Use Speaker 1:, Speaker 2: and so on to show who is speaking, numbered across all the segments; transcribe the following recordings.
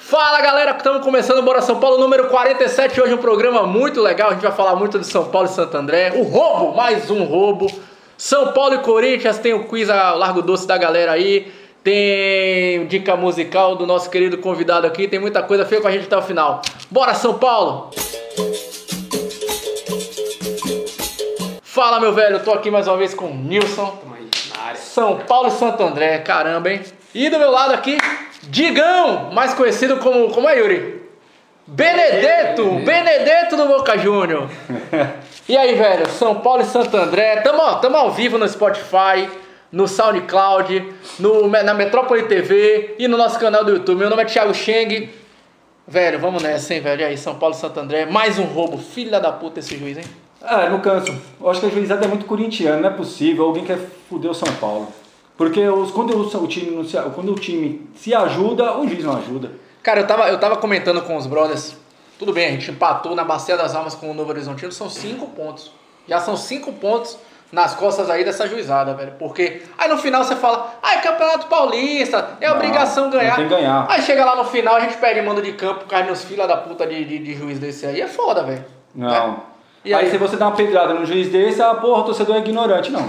Speaker 1: Fala galera, estamos começando o Bora São Paulo número 47. Hoje um programa muito legal. A gente vai falar muito de São Paulo e Santo André. O roubo, mais um roubo. São Paulo e Corinthians tem o quiz a Largo Doce da galera aí. Tem dica musical do nosso querido convidado aqui. Tem muita coisa. Fica com a gente até o final. Bora São Paulo! Fala meu velho, eu tô aqui mais uma vez com o Nilson.
Speaker 2: Tamo aí, na área.
Speaker 1: São Paulo e Santo André, caramba, hein? E do meu lado aqui, Digão, mais conhecido como. Como é, Yuri? Benedetto! Benedetto do Boca Júnior! E aí, velho, São Paulo e Santo André, tamo, ó, tamo ao vivo no Spotify, no SoundCloud, no, na Metrópole TV e no nosso canal do YouTube. Meu nome é Thiago Cheng. Velho, vamos nessa, hein, velho? E aí, São Paulo e Santo André, mais um roubo, filha da puta esse juiz, hein?
Speaker 3: Ah, eu não canso. Eu acho que a juizada é muito corintiana, não é possível. Alguém quer fuder o São Paulo. Porque os, quando, o, o time não se, quando o time se ajuda, o juiz não ajuda.
Speaker 1: Cara, eu tava, eu tava comentando com os brothers. Tudo bem, a gente empatou na Bacia das Almas com o Novo Horizontino, são cinco pontos. Já são cinco pontos nas costas aí dessa juizada, velho. Porque aí no final você fala, ah, é Campeonato Paulista, é
Speaker 3: Não,
Speaker 1: obrigação
Speaker 3: não
Speaker 1: ganhar.
Speaker 3: tem que ganhar.
Speaker 1: Aí chega lá no final, a gente perde mando de campo, cai meus filha da puta de, de, de juiz desse aí. É foda, velho. Né?
Speaker 3: Não.
Speaker 1: É. E
Speaker 3: aí,
Speaker 1: aí?
Speaker 3: se você dá uma pedrada num juiz desse, ah, porra, o torcedor é ignorante. Não.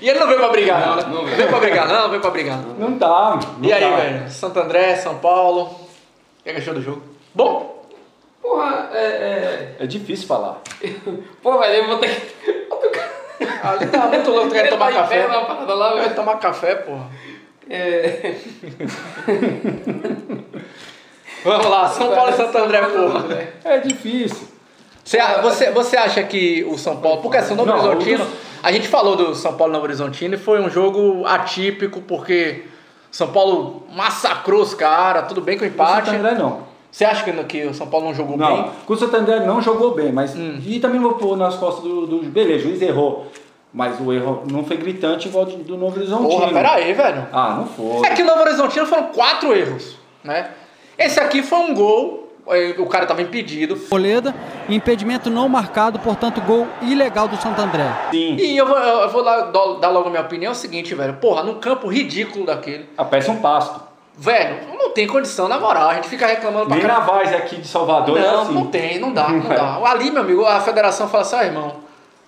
Speaker 1: e ele não veio pra brigar, não, né?
Speaker 2: Não veio.
Speaker 1: veio pra brigar, não, não veio pra brigar. Não.
Speaker 3: Não tá. dá. Não
Speaker 1: E aí,
Speaker 3: dá.
Speaker 1: velho? Santo André, São Paulo. O que é que achou do jogo? Bom,
Speaker 2: Porra, é. é...
Speaker 3: É difícil falar.
Speaker 2: Pô, velho, eu vou ter que. Vou ter que-
Speaker 1: ali tá muito louco, tu quer
Speaker 2: Ele tá
Speaker 1: tomar
Speaker 2: em pé,
Speaker 1: café.
Speaker 2: uma parada lá,
Speaker 1: Eu ia
Speaker 2: velho.
Speaker 1: tomar café, porra.
Speaker 2: É.
Speaker 1: Vamos lá, São Paulo e Santo André, porra.
Speaker 3: É difícil.
Speaker 1: Você, você, você acha que o São Paulo. Porque assim, o Novo
Speaker 3: Não,
Speaker 1: Horizontino.
Speaker 3: o do-
Speaker 1: A gente falou do São Paulo e Novo Horizontino e foi um jogo atípico, porque São Paulo massacrou os caras, tudo bem com o
Speaker 3: O
Speaker 1: empate.
Speaker 3: Santo André não.
Speaker 1: Você acha que, que o São Paulo não jogou
Speaker 3: Não,
Speaker 1: bem? Hum.
Speaker 3: o Santo André não jogou bem, mas. E também vou pôr nas costas do, do. Beleza, o juiz errou. Mas o erro não foi gritante igual do, do Novo Horizontino.
Speaker 1: Porra, peraí, velho.
Speaker 3: Ah, não foi.
Speaker 1: É que o Novo Horizontino foram quatro erros, né? Esse aqui foi um gol, eh, o cara tava impedido.
Speaker 4: Poleda, impedimento não marcado, portanto gol ilegal do Santo André.
Speaker 3: Sim.
Speaker 1: E eu vou, eu vou lá, dar- dar logo a minha opinião, é o seguinte, velho. Porra, num campo ridículo daquele.
Speaker 3: A peça é um pasto.
Speaker 1: Velho, não tem condição, na moral. A gente fica reclamando pra
Speaker 3: Nem
Speaker 1: caralho.
Speaker 3: na Vaz aqui de Salvador é
Speaker 1: Não,
Speaker 3: assim.
Speaker 1: não tem, não dá, não dá. Ali, meu amigo, a federação fala assim, ó, irmão,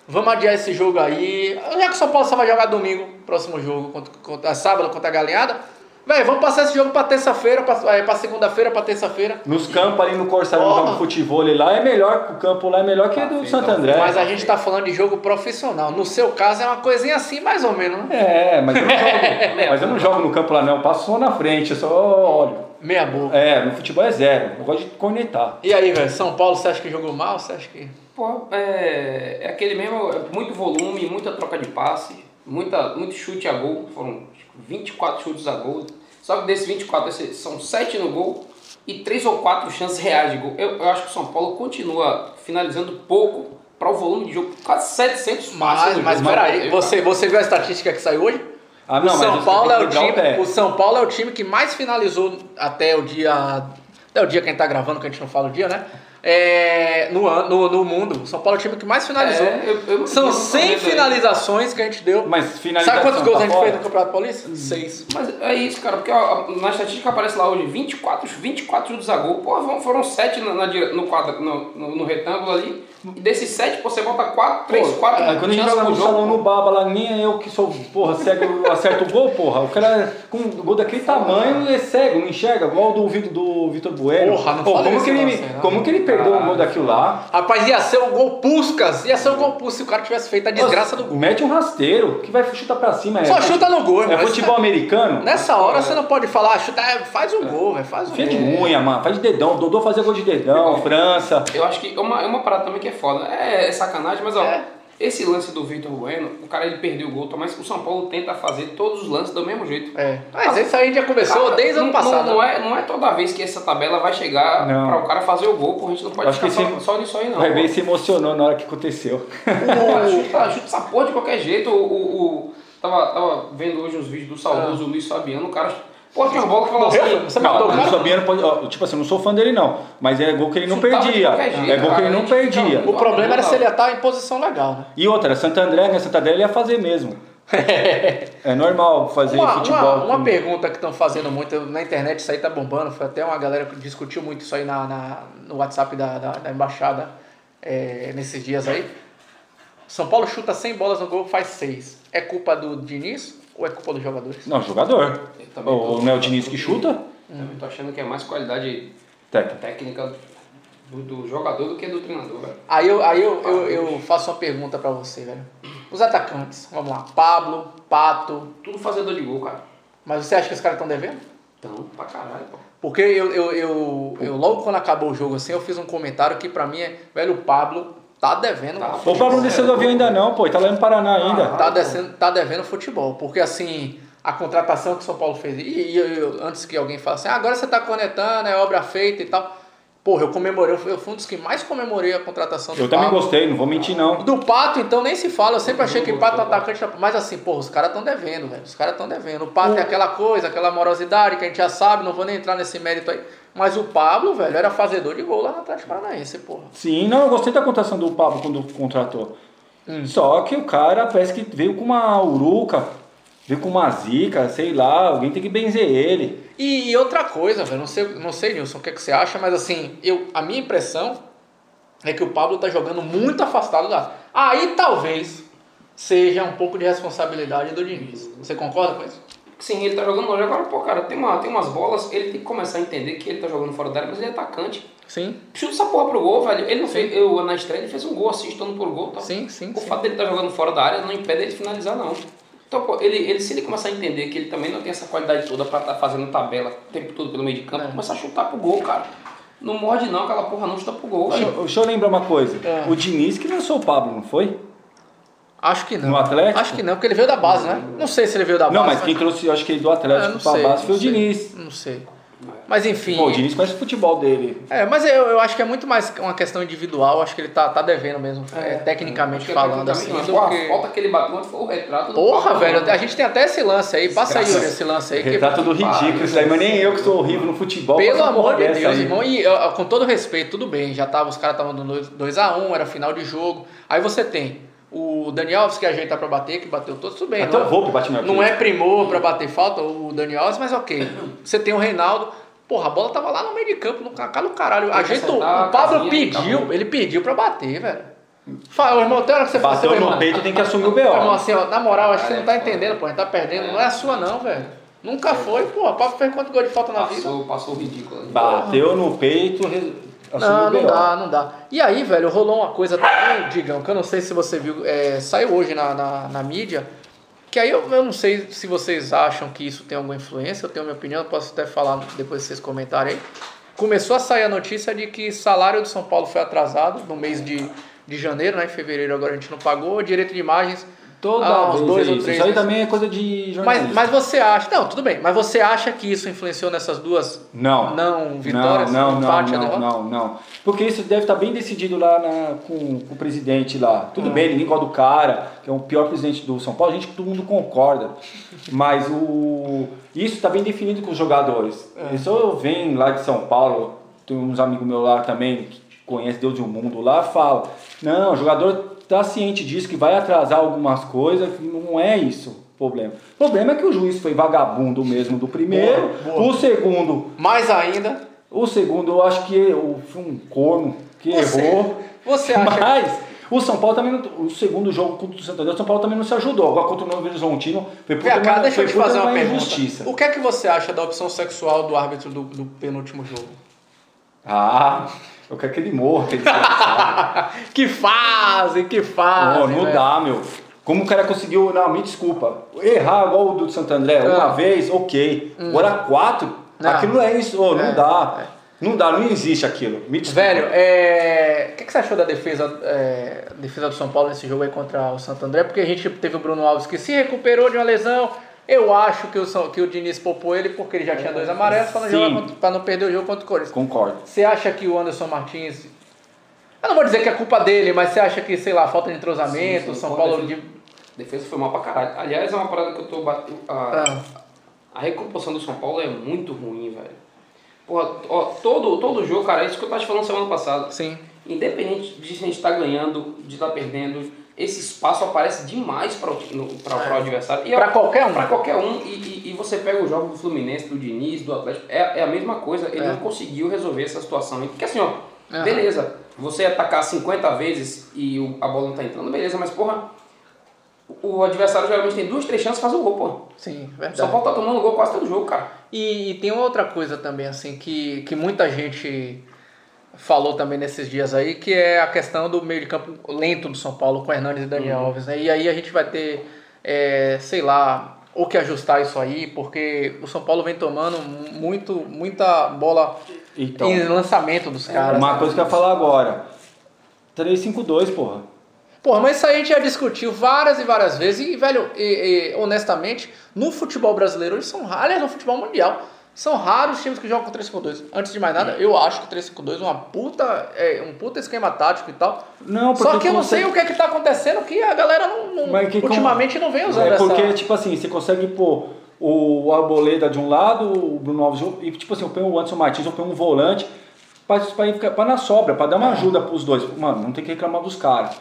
Speaker 1: vamos adiar esse jogo aí. Já que o São Paulo só vai jogar domingo, próximo jogo, contra, contra- sábado contra a Galeada. Velho, vamos passar esse jogo pra terça-feira, pra, eh, pra segunda-feira, pra terça-feira.
Speaker 3: Nos campos ali no Corsário,
Speaker 1: Porra. Ah,
Speaker 3: no jogo de futebol lá, é melhor, o campo lá é melhor que o do
Speaker 2: sim,
Speaker 3: Santo
Speaker 2: então.
Speaker 3: André.
Speaker 1: Mas a gente tá falando de jogo profissional. No seu caso, é uma coisinha assim, mais ou menos, né?
Speaker 3: É, mas eu não jogo, mas eu não jogo no campo lá não, eu passo só na frente, eu só olho.
Speaker 1: Meia boca.
Speaker 3: É, no futebol é zero, eu gosto de conectar.
Speaker 1: E aí, velho, São Paulo, você acha que jogou mal? Você acha que...
Speaker 2: Porra, é. É aquele mesmo. é muito volume, muita troca de passe, muita, muito chute a gol. Foram acho que, 24 chutes a gol. Só que desses 24, esses- são 7 no gol e 3 ou 4 chances reais de gol. Eu, eu acho que o São Paulo continua finalizando pouco para o volume de jogo. Quase 700 passes
Speaker 1: Mas,
Speaker 2: no
Speaker 1: mas
Speaker 2: jogo. né?
Speaker 1: peraí,
Speaker 2: Eu-
Speaker 1: você, você viu a estatística que saiu hoje?
Speaker 3: Ah,
Speaker 1: o,
Speaker 3: não, mas
Speaker 1: São
Speaker 3: você
Speaker 1: Paulo
Speaker 3: tem
Speaker 1: é
Speaker 3: que
Speaker 1: o,
Speaker 3: ligar o
Speaker 1: time,
Speaker 3: pé.
Speaker 1: o São Paulo é o time que mais finalizou até o dia. Até o dia que a gente tá gravando, que a gente não fala o dia, né? É, no, an- no, no mundo. O São Paulo é o time que mais finalizou.
Speaker 2: É, eu- eu não- eu
Speaker 1: São
Speaker 2: não
Speaker 1: 100
Speaker 2: comento aí.
Speaker 1: finalizações que a gente deu.
Speaker 3: Mas finalização
Speaker 1: Sabe quantos gols
Speaker 3: tá
Speaker 1: a gente
Speaker 3: fora?
Speaker 1: fez no Campeonato Paulista? Seis.
Speaker 2: Mas é isso, cara, porque ó, na estatística aparece lá hoje 24, 24 chutes a gol. Pô, vão- foram 7 na, na dire- no, quadra- no, no- no retângulo ali. E desses 7, você bota 4, 3,
Speaker 3: Pô,
Speaker 2: 4
Speaker 3: é, quando a gente joga no salão no baba lá, nem é eu que sou, porra, cego, acerta o gol, porra. O cara com um gol daquele tamanho é cego, não enxerga, igual o do Vitor, do Vitor Bueno.
Speaker 1: Porra, não
Speaker 3: Pô,
Speaker 1: fala
Speaker 3: como,
Speaker 1: isso
Speaker 3: que
Speaker 1: não,
Speaker 3: ele,
Speaker 1: sei lá.
Speaker 3: como que ele perdeu o gol daquilo lá?
Speaker 1: Rapaz, ia ser o gol Puscas. Ia ser o gol Puscas se o cara tivesse feito a desgraça do gol.
Speaker 3: Mete um rasteiro, que vai chutar pra cima. é,
Speaker 1: Só chuta né? no gol,
Speaker 3: É
Speaker 1: irmão.
Speaker 3: futebol americano?
Speaker 1: Nessa hora você não pode falar, chuta, é, faz um gol, velho. Faz um
Speaker 3: Fia de
Speaker 1: gol.
Speaker 3: unha, mano. Faz de dedão. Dodô fazia gol de dedão, França.
Speaker 2: Eu acho que é uma, é uma parada também que é foda. É, é sacanagem, mas ó, esse lance do Vitor Bueno, o cara ele perdeu o gol, tá, mas o São Paulo tenta fazer todos os lances do mesmo jeito.
Speaker 1: É. Mas isso aí já
Speaker 3: É,
Speaker 1: começou
Speaker 2: Cara,
Speaker 1: desde o ano
Speaker 2: não- não-
Speaker 1: passado.
Speaker 2: Não, é, não é toda vez que essa tabela vai chegar
Speaker 3: Não.
Speaker 2: para o cara fazer o gol, porra, a gente não pode
Speaker 3: Acho
Speaker 2: ficar
Speaker 3: que
Speaker 2: só,
Speaker 3: esse-
Speaker 2: só nisso aí não.
Speaker 3: Vai
Speaker 2: pô.
Speaker 3: ver, se emocionou na hora que aconteceu.
Speaker 2: Pô, chuta, chuta essa porra de qualquer jeito. O, o- o- tava, tava vendo hoje uns vídeos do saudoso Luiz Fabiano, o cara. Pô, tinha uma bola que falou
Speaker 1: Morreu?
Speaker 2: assim.
Speaker 1: Você matou
Speaker 3: Não,
Speaker 1: o
Speaker 3: o
Speaker 1: cara?
Speaker 3: Fabiano pode. ó, tipo assim, eu não sou fã dele, não. Mas é gol que ele não
Speaker 2: Chutava de
Speaker 3: perdia.
Speaker 2: qualquer jeito,
Speaker 3: É gol que
Speaker 2: cara,
Speaker 3: ele
Speaker 2: a
Speaker 3: não
Speaker 2: gente fica-
Speaker 3: perdia.
Speaker 1: O problema era se ele ia estar em posição legal, né?
Speaker 3: E outra, Santo André, né? Santo André ele ia fazer mesmo. É normal fazer
Speaker 1: Uma,
Speaker 3: futebol.
Speaker 1: uma, uma
Speaker 3: com-
Speaker 1: pergunta que estão fazendo muito na internet, isso aí tá bombando. Foi até uma galera que discutiu muito isso aí na, na- no WhatsApp da, da, da embaixada é, nesses dias aí. São Paulo chuta 100 bolas no gol, faz 6. É culpa do Diniz ou é culpa dos jogadores?
Speaker 3: Não, jogador.
Speaker 2: Eu também
Speaker 3: O
Speaker 2: tô-
Speaker 3: Neo Diniz que chuta,
Speaker 2: Eu tô achando que é mais qualidade
Speaker 3: técnico.
Speaker 2: técnica do, do jogador do que do treinador, velho.
Speaker 1: Aí eu, aí eu, eu, eu faço uma pergunta pra você, velho. Os atacantes, vamos lá. Pablo, Pato.
Speaker 2: Tudo fazedor de gol, cara.
Speaker 1: Mas você acha que os caras estão devendo?
Speaker 2: Então, pra caralho, pô.
Speaker 1: Porque eu, eu, eu, eu logo quando acabou o jogo assim, eu fiz um comentário que pra mim é, velho, o Pablo tá devendo.
Speaker 2: Tá.
Speaker 3: O Pablo não
Speaker 1: é
Speaker 3: desceu do avião ainda não, pô. Ele tá lá no Paraná ainda.
Speaker 1: Tá, descendo, tá devendo futebol. Porque assim, a contratação que o São Paulo fez. E, e eu- eu- antes que alguém fale assim, "Ah, agora você tá conectando, é obra feita e tal. Porra, eu comemorei, eu fui, eu fui um dos que mais comemorei a contratação do
Speaker 3: Eu também
Speaker 1: Pablo.
Speaker 3: gostei, não vou mentir não.
Speaker 1: Do Pato, então, nem se fala. Eu sempre achei que
Speaker 2: Não
Speaker 1: Pato é
Speaker 2: gostou,
Speaker 1: atacante. Mas assim, porra, os caras estão devendo, velho. Os caras estão devendo. O Pato é aquela coisa, aquela morosidade que a gente já sabe, não vou nem entrar nesse mérito aí. Mas o Pablo, velho, era fazedor de gol lá no Atlético Paranaense, porra.
Speaker 3: Sim, não, eu gostei da contratação do Pablo quando contratou.
Speaker 1: Hum.
Speaker 3: Só que o cara parece que veio com uma uruca, veio com uma zica, sei lá, alguém tem que benzer ele.
Speaker 1: E, e outra coisa, velho, não sei, não sei, Nilson, o que, é que você acha, mas assim, eu, a minha impressão é que o Pablo tá jogando muito afastado da. Aí talvez seja um pouco de responsabilidade do Diniz. Você concorda com isso?
Speaker 2: Sim, ele tá jogando longe agora, pô, cara, tem, uma, tem umas bolas, ele tem que começar a entender que ele tá jogando fora da área, mas ele é atacante.
Speaker 1: Sim,
Speaker 2: Chuta essa porra pro gol, velho. Ele não fez, eu, na estreia, ele fez um gol assim, estando por gol, tá?
Speaker 1: sim, sim.
Speaker 2: O
Speaker 1: sim.
Speaker 2: fato dele estar jogando fora da área não impede ele de finalizar, não. Então, pô, ele, ele, se ele começar a entender que ele também não tem essa qualidade toda pra estar fazendo tabela o tempo todo pelo meio de campo,
Speaker 1: É.
Speaker 2: começa a chutar pro gol, cara. Não morde não, aquela porra não chuta pro gol.
Speaker 3: Deixa,
Speaker 2: velho.
Speaker 3: eu- deixa eu lembrar uma coisa.
Speaker 1: Ah.
Speaker 3: O Diniz que lançou o Pablo, não foi?
Speaker 1: Acho que não.
Speaker 3: No Atlético?
Speaker 1: Acho que não, porque ele veio da base, né? Não sei se ele veio da base.
Speaker 3: Não, mas quem trouxe, eu acho que ele do
Speaker 1: Ah, não
Speaker 3: Atlético pra
Speaker 1: sei,
Speaker 3: base foi
Speaker 1: não
Speaker 3: o
Speaker 1: sei.
Speaker 3: Diniz.
Speaker 1: Não sei. Mas enfim.
Speaker 3: Pô, o Diniz conhece o futebol dele.
Speaker 1: É, mas eu, eu acho que é muito mais uma questão individual, acho que ele tá, tá devendo mesmo, é, tecnicamente
Speaker 2: Acho que ele
Speaker 1: falando,
Speaker 2: tá
Speaker 1: assim,
Speaker 2: jogando,
Speaker 1: do
Speaker 2: pô,
Speaker 1: que-
Speaker 2: A falta que ele bateu ontem foi o retrato do
Speaker 1: Porra,
Speaker 2: Pablo,
Speaker 1: velho,
Speaker 2: mano.
Speaker 1: a gente tem até esse lance aí, passa aí, Yuri, esse lance aí. Que, né?
Speaker 3: Retrato do ridículo isso aí, mas nem eu que sou horrível no futebol. faço
Speaker 1: pelo
Speaker 3: uma
Speaker 1: amor
Speaker 3: porra
Speaker 1: de
Speaker 3: dessa
Speaker 1: Deus,
Speaker 3: aí.
Speaker 1: irmão, e ó, com todo respeito, tudo bem, já tava, os caras estavam dando 2x1, era final de jogo. Aí você tem o Daniel Alves que ajeita pra bater, que bateu todos, tudo bem.
Speaker 3: Até
Speaker 1: não
Speaker 3: o
Speaker 1: é-
Speaker 3: Volpe bate na
Speaker 1: Não é primor pra bater falta o Daniel Alves, mas ok. Você tem o Reinaldo. Porra, a bola tava lá no meio de campo, no cacá do caralho. A
Speaker 2: Tem que
Speaker 1: gente, o
Speaker 2: acertar a
Speaker 1: Pablo
Speaker 2: casinha,
Speaker 1: pediu,
Speaker 2: acabou.
Speaker 1: ele pediu pra bater, velho. Fala, irmão, tem hora que você fala assim,
Speaker 3: Bateu
Speaker 1: irmão,
Speaker 3: no peito tem que assumir o
Speaker 1: Meu irmão,
Speaker 3: B.O.
Speaker 1: assim, ó, na moral, acho que você não tá
Speaker 2: Cara, é foda.
Speaker 1: entendendo, pô. A gente tá perdendo. Não é a sua, não, velho. Nunca foi, pô. Pablo fez quanto gol de falta tá na vida?
Speaker 2: Passou, passou o ridículo. ali.
Speaker 3: Bateu no peito, re-
Speaker 1: Não,
Speaker 3: assumiu
Speaker 1: não
Speaker 3: o B.O.
Speaker 1: dá, não dá. E aí, velho, rolou uma coisa também, Digão, que eu não sei se você viu, é, saiu hoje na, na, na mídia, que aí eu, eu não sei se vocês acham que isso tem alguma influência, eu tenho minha opinião, eu posso até falar depois vocês comentarem aí. Começou a sair a notícia de que salário do São Paulo foi atrasado no mês de, de janeiro, né? Em fevereiro agora a gente não pagou, direito de imagens.
Speaker 3: Toda
Speaker 1: ah, uns
Speaker 3: vez
Speaker 1: dois
Speaker 3: é
Speaker 1: ou
Speaker 3: isso.
Speaker 1: três
Speaker 3: Isso aí
Speaker 1: meses.
Speaker 3: também é coisa de jornalista.
Speaker 1: Mas, mas você acha. Não, tudo bem, mas você acha que isso influenciou nessas duas
Speaker 3: Não.
Speaker 1: não vitórias? um
Speaker 3: não, não,
Speaker 1: empate, a
Speaker 3: não, não,
Speaker 1: derrota?
Speaker 3: não, não. Porque isso deve estar bem decidido lá na- com, com o presidente lá.
Speaker 1: É.
Speaker 3: Tudo bem, ninguém gosta do cara, que é o pior presidente do São Paulo, a gente todo mundo concorda. Mas o isso está bem definido com os jogadores.
Speaker 1: É.
Speaker 3: Isso eu venho lá de São Paulo, tem uns amigos meus lá também que conhece Deus e o mundo lá, fala: "Não, o jogador tá ciente disso que vai atrasar algumas coisas, que não é isso o problema. O problema é que o juiz foi vagabundo mesmo do primeiro,
Speaker 1: Boa, boa.
Speaker 3: o segundo
Speaker 1: Mais ainda,
Speaker 3: o segundo, eu acho que o- foi um corno que
Speaker 1: Você-
Speaker 3: errou.
Speaker 1: você acha-
Speaker 3: Mas o São Paulo também, não- o segundo jogo contra o Santander, o São Paulo também não se ajudou. Agora contra o Novo Horizontino, foi puta
Speaker 1: Vem cá,
Speaker 3: uma-
Speaker 1: deixa eu
Speaker 3: foi
Speaker 1: te
Speaker 3: puta
Speaker 1: fazer uma pergunta.
Speaker 3: injustiça.
Speaker 1: O que é que você acha da opção sexual do árbitro do, do penúltimo jogo?
Speaker 3: Ah, eu quero que ele morra. aquele desgraçado.
Speaker 1: que fazem, que fazem.
Speaker 3: Pô, um não
Speaker 1: velho.
Speaker 3: dá, meu. Como o cara conseguiu, não, me desculpa, errar igual o do Santo André
Speaker 1: Ah.
Speaker 3: uma vez, ok. Agora quatro,
Speaker 1: Não.
Speaker 3: aquilo é isso, ô, não
Speaker 1: É,
Speaker 3: dá. Não dá, não existe aquilo. Me desculpa.
Speaker 1: Velho, é, o que, que você achou da defesa, é, defesa do São Paulo nesse jogo aí contra o Santo André? Porque a gente teve o Bruno Alves que se recuperou de uma lesão. Eu acho que o, São- que o Diniz poupou ele porque ele já tinha dois amarelos para não,
Speaker 3: Sim.
Speaker 1: jogar contra- pra não perder o jogo contra o Corinthians.
Speaker 3: Concordo.
Speaker 1: Você acha que o Anderson Martins. Eu não vou dizer que é culpa dele, mas você acha que, sei lá, falta de entrosamento,
Speaker 2: Sim, sim,
Speaker 1: São
Speaker 2: concordo,
Speaker 1: Paulo. De...
Speaker 2: sim. Defesa foi mal pra caralho. Aliás, é uma parada que eu tô batendo.
Speaker 1: Ah.
Speaker 2: A recomposição do São Paulo é muito ruim, velho. Porra, ó, todo, todo jogo, cara, é isso que eu tava te falando semana passada.
Speaker 1: Sim.
Speaker 2: Independente de se a gente tá ganhando, de tá perdendo, esse espaço aparece demais para o, no- para o- para o adversário. E
Speaker 1: Pra
Speaker 2: é-
Speaker 1: qualquer um.
Speaker 2: Pra qualquer um. E, e- e você pega o jogo do Fluminense, do Diniz, do Atlético. É, é a mesma coisa. Ele
Speaker 1: É.
Speaker 2: não conseguiu resolver essa situação. Porque assim, ó,
Speaker 1: Aham.
Speaker 2: beleza. Você atacar 50 vezes e o- a bola não tá entrando, beleza. Mas, porra, o o adversário geralmente tem duas, três chances de fazer o gol, pô.
Speaker 1: Sim,
Speaker 2: O
Speaker 1: verdade.
Speaker 2: São Paulo tá tomando gol quase todo jogo, cara.
Speaker 1: E, e tem outra coisa também, assim, que, que muita gente falou também nesses dias aí, que é a questão do meio de campo lento do São Paulo com Hernandes e Daniel
Speaker 3: Uhum.
Speaker 1: Alves, né? E aí a gente vai ter, é, sei lá, ou que ajustar isso aí, porque o São Paulo vem tomando mu- muito, muita bola
Speaker 3: Então. é
Speaker 1: em lançamento dos caras.
Speaker 3: Uma
Speaker 1: né?
Speaker 3: coisa que eu ia falar agora. 3-5-2, porra.
Speaker 1: Porra, mas isso aí a gente já discutiu várias e várias vezes. E, velho, e- e, honestamente, no futebol brasileiro, eles são raros. Aliás, no futebol mundial, são raros os times que jogam com 3-5-2. Antes de mais nada, eu acho que 3-5-2 é uma puta, é, um puta esquema tático e tal.
Speaker 3: Não, porque
Speaker 1: Só que eu não
Speaker 3: tu
Speaker 1: sei
Speaker 3: consegue-
Speaker 1: o que é que tá acontecendo, que a galera não, não-
Speaker 3: Mas que com-
Speaker 1: ultimamente não vem usando
Speaker 3: É porque,
Speaker 1: essa...
Speaker 3: tipo assim, você consegue pôr o Arboleda de um lado, o Bruno Alves de outro, e tipo assim, eu ponho o Anderson Martins, eu ponho um volante pra, pra, ficar- pra na sobra, pra
Speaker 1: É.
Speaker 3: dar uma ajuda pros dois. Mano, não tem que reclamar dos caras.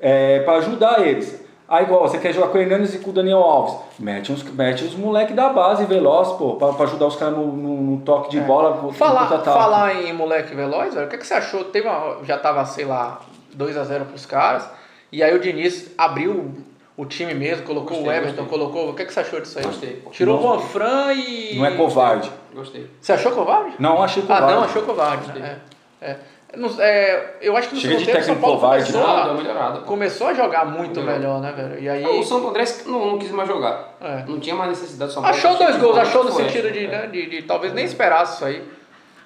Speaker 3: É, pra ajudar eles. Aí igual, você quer jogar com o Hernandes e com o Daniel Alves. Mete uns, mete os moleque da base, veloz, pô, pra, pra ajudar os caras no, no- no toque de bola. no
Speaker 1: É. Falar,
Speaker 3: contra-ataque.
Speaker 1: falar em moleque veloz, velho, o que, é que você achou? Teve uma- já tava, sei lá, 2x0 pros caras. E aí o Diniz abriu o- o time mesmo, colocou
Speaker 2: Gostei,
Speaker 1: o Everton,
Speaker 2: gostei.
Speaker 1: colocou. O que, é que você achou disso aí?
Speaker 2: Gostei, pô.
Speaker 1: Tirou o Bonfran e.
Speaker 3: Não é covarde.
Speaker 2: Gostei.
Speaker 1: Você achou covarde?
Speaker 3: Não achei
Speaker 1: Ah,
Speaker 3: covarde.
Speaker 1: não, achou covarde. né? É. É. Não- é, eu acho que no
Speaker 3: Chega de
Speaker 1: segundo tempo o São
Speaker 3: técnico
Speaker 1: Paulo
Speaker 3: covarde,
Speaker 1: começou,
Speaker 2: Não, deu uma
Speaker 1: a,
Speaker 2: melhorada. pô.
Speaker 1: começou a jogar muito
Speaker 2: Melhorou.
Speaker 1: melhor, né, velho? E aí.
Speaker 2: É, O Santo André não, não quis mais jogar.
Speaker 1: É.
Speaker 2: Não tinha mais necessidade. tipo, São Paulo
Speaker 1: Achou
Speaker 2: tinha
Speaker 1: dois
Speaker 2: que
Speaker 1: gols,
Speaker 2: jogar
Speaker 1: achou no
Speaker 2: com o
Speaker 1: sentido
Speaker 2: Oeste,
Speaker 1: de,
Speaker 2: né?
Speaker 1: né, de- de talvez nem esperasse isso aí.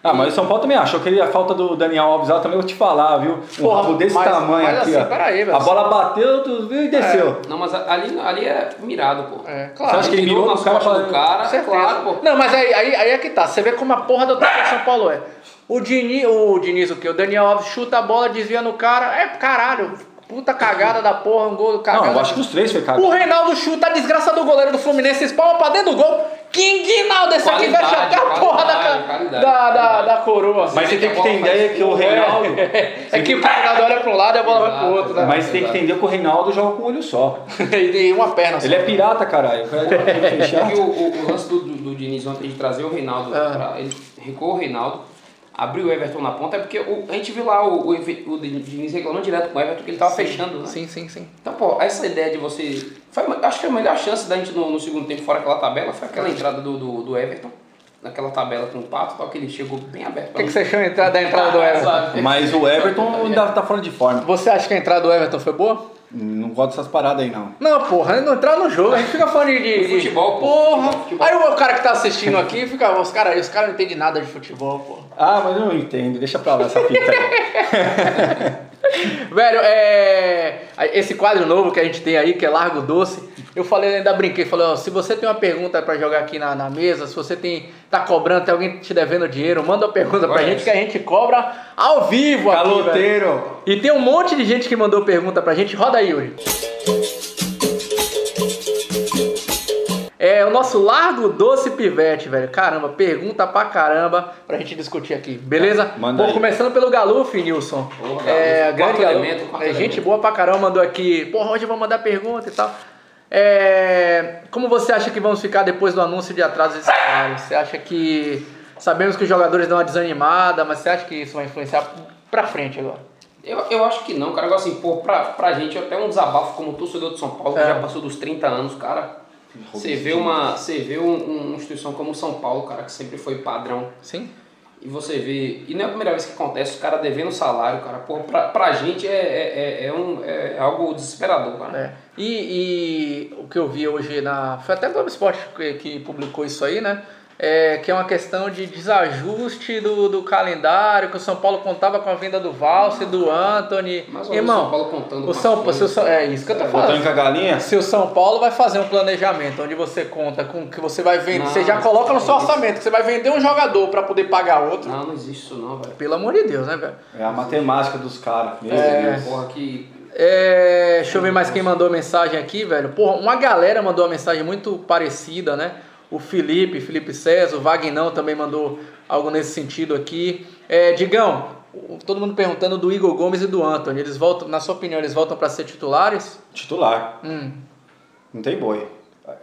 Speaker 3: Ah, mas o São Paulo também achou que a falta do Daniel Alves lá também eu vou te falar, viu? Um
Speaker 1: Porra,
Speaker 3: rabo desse
Speaker 1: mas-
Speaker 3: tamanho
Speaker 1: mas
Speaker 3: aqui,
Speaker 1: assim,
Speaker 3: ó.
Speaker 1: peraí, velho.
Speaker 3: a bola bateu, tu viu e desceu.
Speaker 2: Não, mas ali, ali é mirado, pô.
Speaker 1: É,
Speaker 3: Você
Speaker 1: claro.
Speaker 3: acha que ele mirou
Speaker 2: Virou
Speaker 3: no
Speaker 2: nas
Speaker 3: cara
Speaker 2: costas
Speaker 3: pra-
Speaker 2: do cara,
Speaker 1: Com certeza.
Speaker 2: Tá claro, pô.
Speaker 1: Não, mas aí, aí, aí é que tá. Você vê como a porra da torcida de São Paulo é. O Diniz, o Diniz o quê? O Daniel Alves chuta a bola, desvia no cara. É caralho. Puta cagada da porra, um gol cagada.
Speaker 3: Não, eu acho que os três foi cagado.
Speaker 1: O Reinaldo chuta a desgraça do goleiro do Fluminense, espalma pra dentro do gol. Que guinaldo esse aqui vai
Speaker 2: Qualidade,
Speaker 1: chocar a porra da,
Speaker 2: qualidade,
Speaker 1: ca-
Speaker 2: qualidade,
Speaker 1: da, da,
Speaker 2: qualidade.
Speaker 1: da coroa.
Speaker 3: Mas você tem que entender que o Reinaldo.
Speaker 1: É que o Reinaldo olha pra um lado e a bola vai pro outro, né?
Speaker 3: Mas tem que entender que o Reinaldo joga com um olho só.
Speaker 1: Ele tem uma perna só.
Speaker 3: Ele é pirata, caralho. O cara tem que fechar.
Speaker 2: E o, o- o lance do, do, do Diniz ontem de trazer o Reinaldo,
Speaker 1: É.
Speaker 2: pra- ele recuou o Reinaldo, abriu o Everton na ponta, é porque o- a gente viu lá o, o, Eve- o Diniz reclamando direto com o Everton que ele tava fechando,
Speaker 3: é-
Speaker 2: né?
Speaker 1: Sim, sim, sim.
Speaker 2: Então, pô, essa ideia de você. Foi, uma- acho que é a melhor chance da gente no, no segundo tempo, fora aquela tabela, foi aquela entrada do, do, do Everton, naquela tabela com o Pato, tal, que ele chegou bem aberto.
Speaker 1: O que, que você achou da entrada- da entrada
Speaker 2: Ah,
Speaker 1: do Everton?
Speaker 3: Mas o Everton ainda tá fora de forma.
Speaker 1: Você acha que a entrada do Everton foi boa?
Speaker 3: Não gosto dessas paradas aí, não.
Speaker 1: Não, porra, não entrar no jogo, a gente fica falando de, de- de-
Speaker 2: Futebol, pô.
Speaker 1: porra.
Speaker 2: Futebol, futebol.
Speaker 1: Aí o cara que tá assistindo aqui fica, os caras os cara não entendem nada de futebol, porra.
Speaker 3: Ah, mas eu não entendo. Deixa pra lá essa fita aí.
Speaker 1: Velho, é. Esse quadro novo que a gente tem aí, que é Largo Doce, eu falei, ainda brinquei, falei, ó, se você tem uma pergunta pra jogar aqui na, na mesa, se você tem. tá cobrando, tem alguém te devendo dinheiro, manda uma pergunta pra
Speaker 2: Olha
Speaker 1: gente
Speaker 2: isso.
Speaker 1: que a gente cobra ao vivo aqui. velho.
Speaker 3: Caloteiro.
Speaker 1: E tem um monte de gente que mandou pergunta pra gente. Roda aí, Yuri. É o nosso largo doce pivete, velho. Caramba, pergunta pra caramba pra gente discutir aqui, beleza?
Speaker 3: Manda
Speaker 1: Bom,
Speaker 3: aí.
Speaker 1: começando pelo Galuf, Nilson.
Speaker 2: Tá, Ô, Galuf,
Speaker 1: é,
Speaker 2: quarto
Speaker 1: grande Galuf.
Speaker 2: elemento, quarto
Speaker 1: É, gente
Speaker 2: elemento.
Speaker 1: boa pra caramba mandou aqui. Porra, hoje eu vou mandar pergunta e tal. É, como você acha que vamos ficar depois do anúncio de atraso de salário? Você acha que. Sabemos que os jogadores dão uma desanimada, mas você acha que isso vai influenciar pra frente agora?
Speaker 2: Eu, eu acho que não, cara. Agora assim, pô, pra, pra gente até um desabafo como torcedor de São Paulo, que
Speaker 1: É.
Speaker 2: já passou dos 30 anos, cara. Você vê uma. Você vê um- uma instituição como o São Paulo, cara, que sempre foi padrão.
Speaker 1: Sim?
Speaker 2: E você vê. E não é a primeira vez que acontece, os caras devendo salário, cara. Pô, pra, pra gente é, é, é, é um, é algo desesperador, cara.
Speaker 1: É. E, e o que eu vi hoje na. Foi até o Globo Esporte que, que publicou isso aí, né? É, que é uma questão de desajuste do, do calendário, que o São Paulo contava com a venda do Valse, do Anthony.
Speaker 2: Mais ou menos o São
Speaker 1: Irmão,
Speaker 2: Paulo contando
Speaker 1: o
Speaker 2: com
Speaker 1: São
Speaker 2: as
Speaker 1: Paulo.
Speaker 2: coisas.
Speaker 1: É isso que eu tô
Speaker 3: Voltando com a
Speaker 1: falando.
Speaker 3: galinha.
Speaker 1: Se o São Paulo vai fazer um planejamento onde você conta com que você vai vender,
Speaker 2: Não,
Speaker 1: você já coloca no seu orçamento que você vai vender um jogador pra poder pagar outro.
Speaker 2: Não, não existe isso não, velho.
Speaker 1: Pelo amor de Deus, né, velho?
Speaker 3: É a matemática dos caras. Meu Deus.
Speaker 2: Porra, que.
Speaker 1: É, deixa eu ver mais quem mandou mensagem aqui, velho. Porra, uma galera mandou uma mensagem muito parecida, né? O Felipe, Felipe César, o Vagnão também mandou algo nesse sentido aqui. É, Digão, o- todo mundo perguntando do Igor Gomes e do Anthony. Eles voltam, na sua opinião, eles voltam para ser titulares?
Speaker 3: Titular.
Speaker 1: Hum.
Speaker 3: Não tem boi.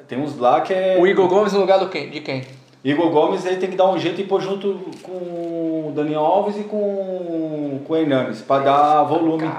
Speaker 3: Tem uns lá que é.
Speaker 1: O Igor Gomes no lugar do quem? de quem?
Speaker 3: Igor Gomes aí tem que dar um jeito e pôr junto com o Dani Alves e com, com o Hernanes pra dar volume.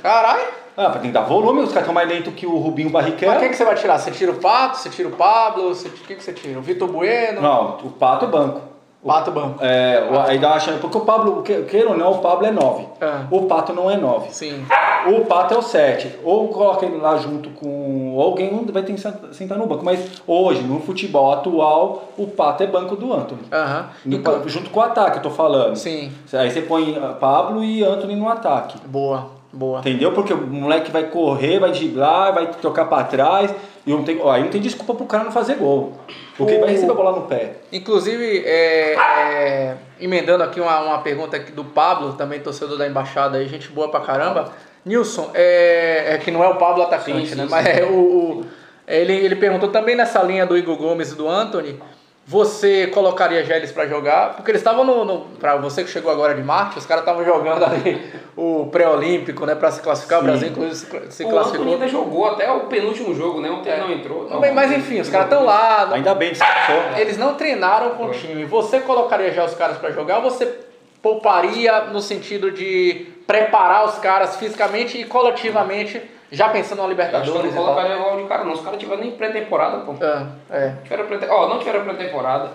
Speaker 1: Caralho!
Speaker 3: Ah, tem que dar volume, os caras estão mais lentos que o Rubinho Barrichello.
Speaker 1: Mas quem que você vai tirar? Você tira o Pato? Você tira o Pablo? Você... Quem que você tira? O Vitor Bueno?
Speaker 3: Não, o Pato é banco.
Speaker 1: Pato Banco.
Speaker 3: É, o- aí dá uma chance. Porque o Pablo, que- queira ou não, o Pablo é 9.
Speaker 1: Ah.
Speaker 3: O Pato não é 9.
Speaker 1: Sim.
Speaker 3: O Pato é o 7. Ou coloca ele lá junto com alguém, um vai ter que senta- sentar no banco. Mas hoje, no futebol atual, o Pato é banco do Antony.
Speaker 1: Aham.
Speaker 3: No
Speaker 1: E
Speaker 3: pa-
Speaker 1: co-
Speaker 3: junto com o ataque, eu tô falando.
Speaker 1: Sim.
Speaker 3: Aí você põe ah, Pablo e Anthony no ataque.
Speaker 1: Boa, boa.
Speaker 3: Entendeu? Porque o moleque vai correr, vai driblar, vai tocar pra trás. E não tem, ó, aí não tem desculpa pro cara não fazer gol. Porque
Speaker 1: O-
Speaker 3: vai receber a bola no pé.
Speaker 1: Inclusive, é, é, emendando aqui uma, uma pergunta aqui do Pablo, também torcedor da embaixada aí, gente boa pra caramba. Nilson, é, é que não é o Pablo atacante,
Speaker 2: Sim, sim,
Speaker 1: né?
Speaker 2: sim.
Speaker 1: Mas é o. o- ele, ele perguntou também nessa linha do Igor Gomes e do Anthony. Você colocaria já eles pra jogar? Porque eles estavam no, no. Pra você que chegou agora de Marte, os caras estavam jogando ali o pré-olímpico, né? Pra se classificar. O
Speaker 3: Sim.
Speaker 1: Brasil, inclusive, se, cla- se
Speaker 2: o Antônio
Speaker 1: classificou.
Speaker 2: ainda jogou até o penúltimo jogo, né? Ontem não entrou. tá
Speaker 1: Mas,
Speaker 2: bom.
Speaker 1: mas enfim, os caras estão lá, né?
Speaker 3: Ainda bem, descansou.
Speaker 1: Eles não treinaram com o
Speaker 2: Foi.
Speaker 1: time. Você colocaria já os caras pra jogar ou você pouparia no sentido de preparar os caras fisicamente e coletivamente, já pensando na
Speaker 2: Eu acho que eu
Speaker 1: Libertadores?
Speaker 2: não
Speaker 1: e tal?
Speaker 2: colocaria logo de cara, não. Os caras tiveram nem pré-temporada, pô.
Speaker 1: É, é.
Speaker 2: Tiveram pré ó, não tiveram pré-temporada.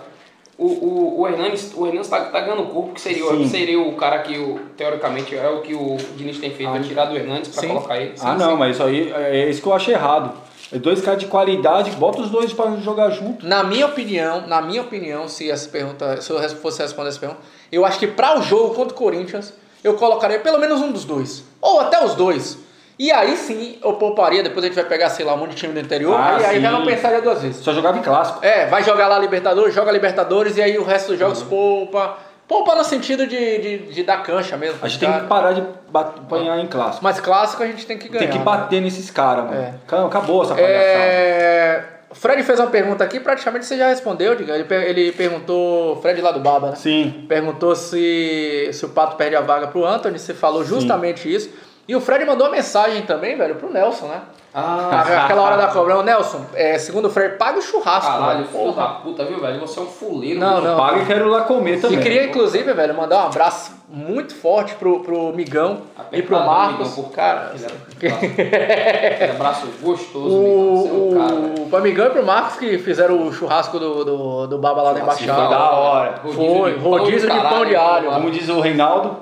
Speaker 2: O, o, o Hernandes, o Hernandes tá, tá ganhando corpo, que seria, o-
Speaker 3: Sim.
Speaker 2: seria o cara que, o, teoricamente, é o que o Diniz tem feito, é tirar do Hernandes pra
Speaker 1: Sim.
Speaker 2: colocar ele.
Speaker 3: Ah, não, mas isso aí é isso que eu achei errado. É Dois caras de qualidade, bota os dois pra jogar junto.
Speaker 1: Na minha opinião, na minha opinião, se essa pergunta, se eu res- fosse responder essa pergunta, eu acho que para o jogo contra o Corinthians, eu colocaria pelo menos um dos dois, ou até os dois. E aí sim, eu pouparia, depois a gente vai pegar, sei lá, um monte de time do interior,
Speaker 3: Ah,
Speaker 1: e aí já
Speaker 3: sim.
Speaker 1: não pensaria duas vezes.
Speaker 3: Só jogava em clássico.
Speaker 1: É, vai jogar lá Libertadores, joga Libertadores e aí o resto dos
Speaker 3: Uhum.
Speaker 1: jogos poupa. Poupa no sentido de, de, de dar cancha mesmo.
Speaker 3: A gente
Speaker 1: cara.
Speaker 3: tem que parar de bat- apanhar em clássico.
Speaker 1: Mas clássico a gente tem que ganhar. né?
Speaker 3: Tem que bater nesses caras, mano.
Speaker 1: É.
Speaker 3: Cara, Acabou essa
Speaker 1: Né?
Speaker 3: palhaçada.
Speaker 1: É... Fred fez uma pergunta aqui, praticamente você já respondeu, diga. Ele, per- ele perguntou, Fred lá do Baba, né?
Speaker 3: Sim.
Speaker 1: Perguntou se, se o Pato perde a vaga pro Anthony, você falou justamente isso. E o Fred mandou uma mensagem também, velho, pro Nelson, né? Aquela hora da cobrança. Nelson, é, segundo o Fred, paga o churrasco.
Speaker 2: Caralho,
Speaker 1: velho.
Speaker 2: filho da puta, viu, velho? Você é um fuleiro.
Speaker 1: Não,
Speaker 2: bicho.
Speaker 1: não.
Speaker 3: Paga e quero lá comer também.
Speaker 1: E queria, inclusive, velho, mandar um abraço muito forte pro, pro Migão e pro
Speaker 2: Apertado,
Speaker 1: Marcos.
Speaker 2: Migão, por
Speaker 1: cara,
Speaker 2: Aquele aquele abraço gostoso, Migão. Você é um cara, velho.
Speaker 1: o, o, pro Migão e pro Marcos que fizeram o churrasco do, do, do Baba lá da
Speaker 3: foi
Speaker 1: Embaixada.
Speaker 3: da hora.
Speaker 1: Foi, rodízio de pão de alho.
Speaker 3: Como diz o Reinaldo,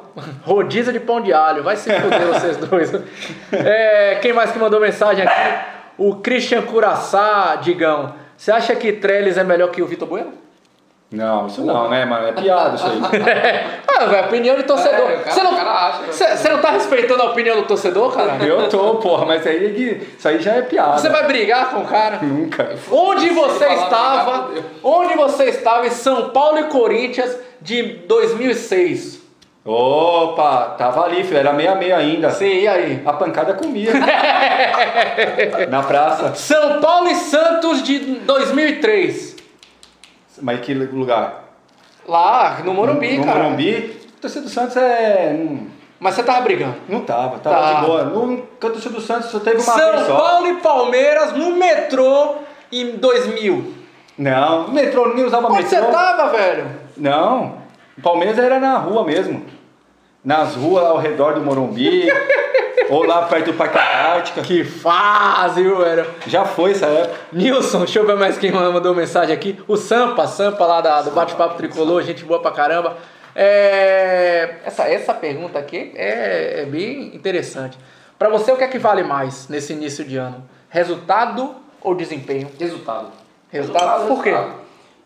Speaker 1: Rodízio de pão de alho. Vai se fuder vocês dois. É, quem mais que mandou mensagem aqui? O Christian Curaçá, Digão. Você acha que Trellis é melhor que o Vitor Bueno?
Speaker 3: Não, isso não, né, mano? É piada isso aí.
Speaker 1: Ah, velho, opinião de torcedor.
Speaker 2: É, o cara-
Speaker 1: Você não,
Speaker 2: o cara acha, né?
Speaker 1: você- você não tá respeitando a opinião do torcedor, cara?
Speaker 3: Eu tô, porra, mas aí, é que- isso aí já é piada.
Speaker 1: Você vai brigar com o cara?
Speaker 3: Nunca.
Speaker 1: Onde você
Speaker 2: Sem falar,
Speaker 1: estava?
Speaker 2: obrigado,
Speaker 1: Onde você estava em São Paulo e Corinthians de 2006?
Speaker 3: Opa, tava ali, filho, era meia-meia ainda.
Speaker 1: Sim, e aí?
Speaker 3: A pancada comia. Na praça.
Speaker 1: São Paulo e Santos de 2003.
Speaker 3: Mas que lugar?
Speaker 1: Lá, no Morumbi,
Speaker 3: no
Speaker 1: cara.
Speaker 3: Morumbi. A torcida do Santos é... não-
Speaker 1: Mas você tava brigando.
Speaker 3: Não tava, tava
Speaker 1: Tá.
Speaker 3: de boa. Nunca a torcida do Santos só teve uma
Speaker 1: São
Speaker 3: vez só.
Speaker 1: Paulo e Palmeiras no metrô em 2000.
Speaker 3: Não, metrô, ninguém usava
Speaker 1: Onde
Speaker 3: metrô.
Speaker 1: você tava, velho?
Speaker 3: Não, o Palmeiras era na rua mesmo. Nas ruas ao redor do Morumbi, ou lá perto do Parque Antártica.
Speaker 1: Que fase, viu, velho?
Speaker 3: Já foi essa época.
Speaker 1: Nilson, deixa eu ver mais quem mandou mensagem aqui. O Sampa, Sampa lá da- do Bate-Papo Tricolor, gente boa pra caramba. É, essa, essa pergunta aqui é, é bem interessante. Pra você, o que é que vale mais nesse início de ano? Resultado ou desempenho?
Speaker 2: Resultado.
Speaker 1: Resultado? Por quê?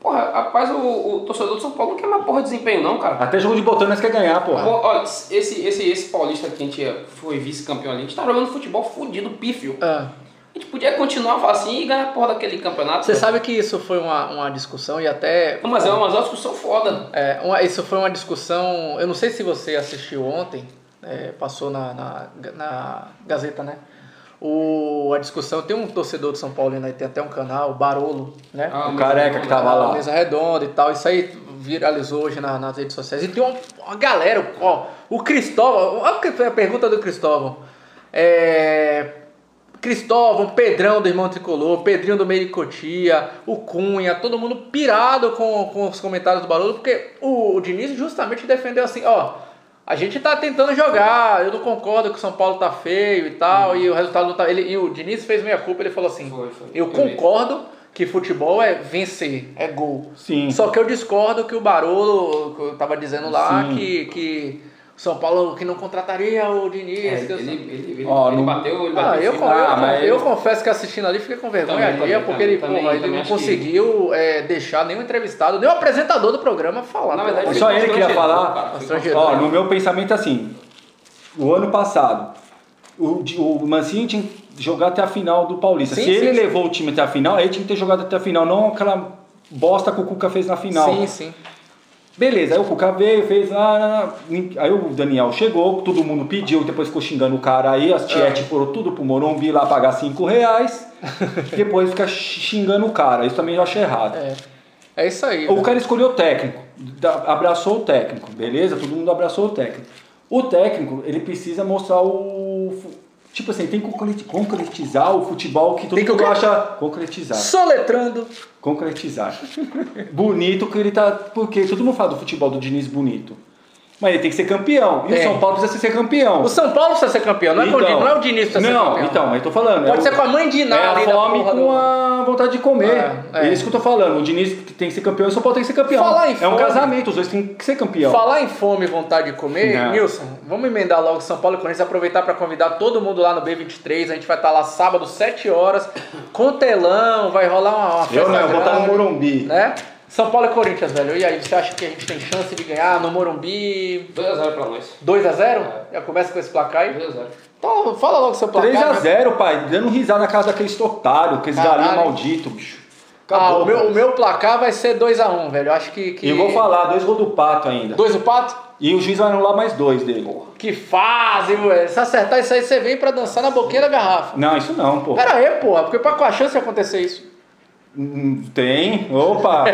Speaker 2: Porra, rapaz, o, o torcedor do São Paulo não quer mais porra de desempenho, não, cara.
Speaker 3: Até jogo de botão nós quer ganhar, porra.
Speaker 2: Pô, olha, esse, esse, esse paulista que a gente é- foi vice-campeão ali, a gente tá jogando futebol fudido, pífio.
Speaker 1: Ah,
Speaker 2: A gente podia continuar assim e ganhar a porra daquele campeonato. né?
Speaker 1: você sabe que isso foi uma, uma discussão e até.
Speaker 2: Não, Mas é uma, mas é uma discussão foda.
Speaker 1: É, uma- isso foi uma discussão. Eu não sei se você assistiu ontem, é, passou na, na, na Gazeta, né? O, a discussão. Tem um torcedor de São Paulo, né? Tem até um canal, Barolo, né?
Speaker 2: Ah,
Speaker 3: O careca que tava lá.
Speaker 1: Mesa redonda e tal. Isso aí viralizou hoje na- nas redes sociais. E tem uma, uma galera, ó, o Cristóvão, olha o que foi a pergunta do Cristóvão. É, Cristóvão, Pedrão do Irmão Tricolor, Pedrinho do Meio de Cotia, o Cunha, todo mundo pirado com, com os comentários do Barulho, porque o, o Diniz justamente defendeu assim, ó, a gente tá tentando jogar, eu não concordo que o São Paulo tá feio e tal, e o resultado não tá... Ele, e o Diniz fez meia culpa, ele falou assim,
Speaker 2: Uhum. Foi, foi.
Speaker 1: eu
Speaker 2: Eu vi.
Speaker 1: concordo que futebol é vencer, é gol.
Speaker 3: Sim.
Speaker 1: Só que eu discordo que o Barolo que eu tava dizendo lá
Speaker 3: Sim.
Speaker 1: que, que o São Paulo que não contrataria o Diniz.
Speaker 2: É,
Speaker 1: que
Speaker 2: ele,
Speaker 1: eu-
Speaker 2: ele, ele,
Speaker 3: Ó,
Speaker 2: ele
Speaker 3: não-
Speaker 2: bateu, ele
Speaker 1: ah,
Speaker 2: bateu.
Speaker 1: eu,
Speaker 2: sim.
Speaker 1: con-
Speaker 3: Ah,
Speaker 1: eu con-
Speaker 3: mas-
Speaker 1: eu confesso que assistindo ali fiquei com vergonha
Speaker 2: Também,
Speaker 1: ali,
Speaker 2: também,
Speaker 1: porque ele,
Speaker 2: também,
Speaker 1: porra,
Speaker 2: também
Speaker 1: ele não
Speaker 2: acho que-
Speaker 1: conseguiu é, deixar nenhum entrevistado, nem o apresentador do programa falar.
Speaker 2: Na verdade,
Speaker 1: pelo
Speaker 3: Só
Speaker 1: amor
Speaker 2: foi
Speaker 3: ele que ia
Speaker 2: constrangedor,
Speaker 3: falar.
Speaker 2: cara, foi
Speaker 1: Constrangedor.
Speaker 3: Ó, no meu pensamento é assim, o ano passado, o, Di- o Mancini tinha que jogar até a final do Paulista.
Speaker 1: Sim,
Speaker 3: Se
Speaker 1: sim,
Speaker 3: ele
Speaker 1: sim.
Speaker 3: levou o time até a final, aí tinha que ter jogado até a final, não aquela bosta que o Cuca fez na
Speaker 1: de
Speaker 3: final.
Speaker 1: Deus. Sim, sim.
Speaker 3: Beleza, aí o Cuca veio, fez ah, lá. Aí o Daniel chegou, todo mundo pediu, depois ficou xingando o cara aí, as
Speaker 1: É.
Speaker 3: tietes foram tudo pro Morumbi lá pagar 5 reais, depois fica xingando o cara. Isso também eu acho errado.
Speaker 1: É, é isso aí.
Speaker 3: O cara escolheu o técnico, da- abraçou o técnico, beleza? Todo mundo abraçou o técnico. O técnico, ele precisa mostrar o. fu- Tipo assim, tem que concreti- concretizar o futebol que todo
Speaker 1: Tem que o
Speaker 3: mundo
Speaker 1: quê?
Speaker 3: acha. Concretizar.
Speaker 1: Soletrando.
Speaker 3: Concretizar. bonito que ele tá. Porque todo mundo fala do futebol do Diniz bonito. Mas ele tem que ser campeão. E
Speaker 1: Tem.
Speaker 3: o São Paulo precisa ser campeão.
Speaker 1: É. O São Paulo precisa ser campeão, não é, com o Diniz, não é o Diniz que precisa
Speaker 3: Então. Não,
Speaker 1: ser campeão.
Speaker 3: então, mas eu tô falando.
Speaker 1: Pode
Speaker 3: é
Speaker 1: ser
Speaker 3: o-
Speaker 1: com a mãe de
Speaker 3: é
Speaker 1: nada
Speaker 3: a
Speaker 1: ali da
Speaker 3: fome
Speaker 1: porra
Speaker 3: com
Speaker 1: do-
Speaker 3: a vontade de comer.
Speaker 1: É, é.
Speaker 3: É, isso que eu tô falando. O Diniz tem que ser campeão e o São Paulo tem que ser campeão.
Speaker 1: Falar em
Speaker 3: é
Speaker 1: fome.
Speaker 3: um casamento, os dois têm que ser campeão.
Speaker 1: Falar em fome e vontade de comer,
Speaker 3: Não.
Speaker 1: Nilson, vamos emendar logo São Paulo e Corinthians, aproveitar para convidar todo mundo lá no B23. A gente vai estar lá sábado, 7 horas, com telão, vai rolar uma, uma festa.
Speaker 3: eu não, eu vou estar no
Speaker 1: grande,
Speaker 3: Morumbi.
Speaker 1: Né? São Paulo e Corinthians, velho. E aí, você acha que a gente tem chance de ganhar no Morumbi
Speaker 2: 2x0 pra nós.
Speaker 1: 2x0? Já começa com esse placar aí?
Speaker 2: 2x0.
Speaker 1: Então, fala logo seu placar. 3x0.
Speaker 3: 3x0, pai, dando risada na casa daqueles otários, aqueles
Speaker 1: Caralho.
Speaker 3: galinhos malditos, bicho.
Speaker 1: Ah,
Speaker 3: Acabou,
Speaker 1: o meu,
Speaker 3: cara.
Speaker 1: o meu placar vai ser 2x1, velho. Eu acho que. que...
Speaker 3: E eu vou falar, dois gols do pato ainda.
Speaker 1: 2 o pato?
Speaker 3: E o juiz vai anular mais dois dele.
Speaker 1: Que fase, velho. Se acertar isso aí, você vem pra dançar na boquinha da garrafa.
Speaker 3: Não, isso não, pô.
Speaker 1: Pera aí, porra, porque pra qual a chance de acontecer isso?
Speaker 3: Hum, Tem. Opa!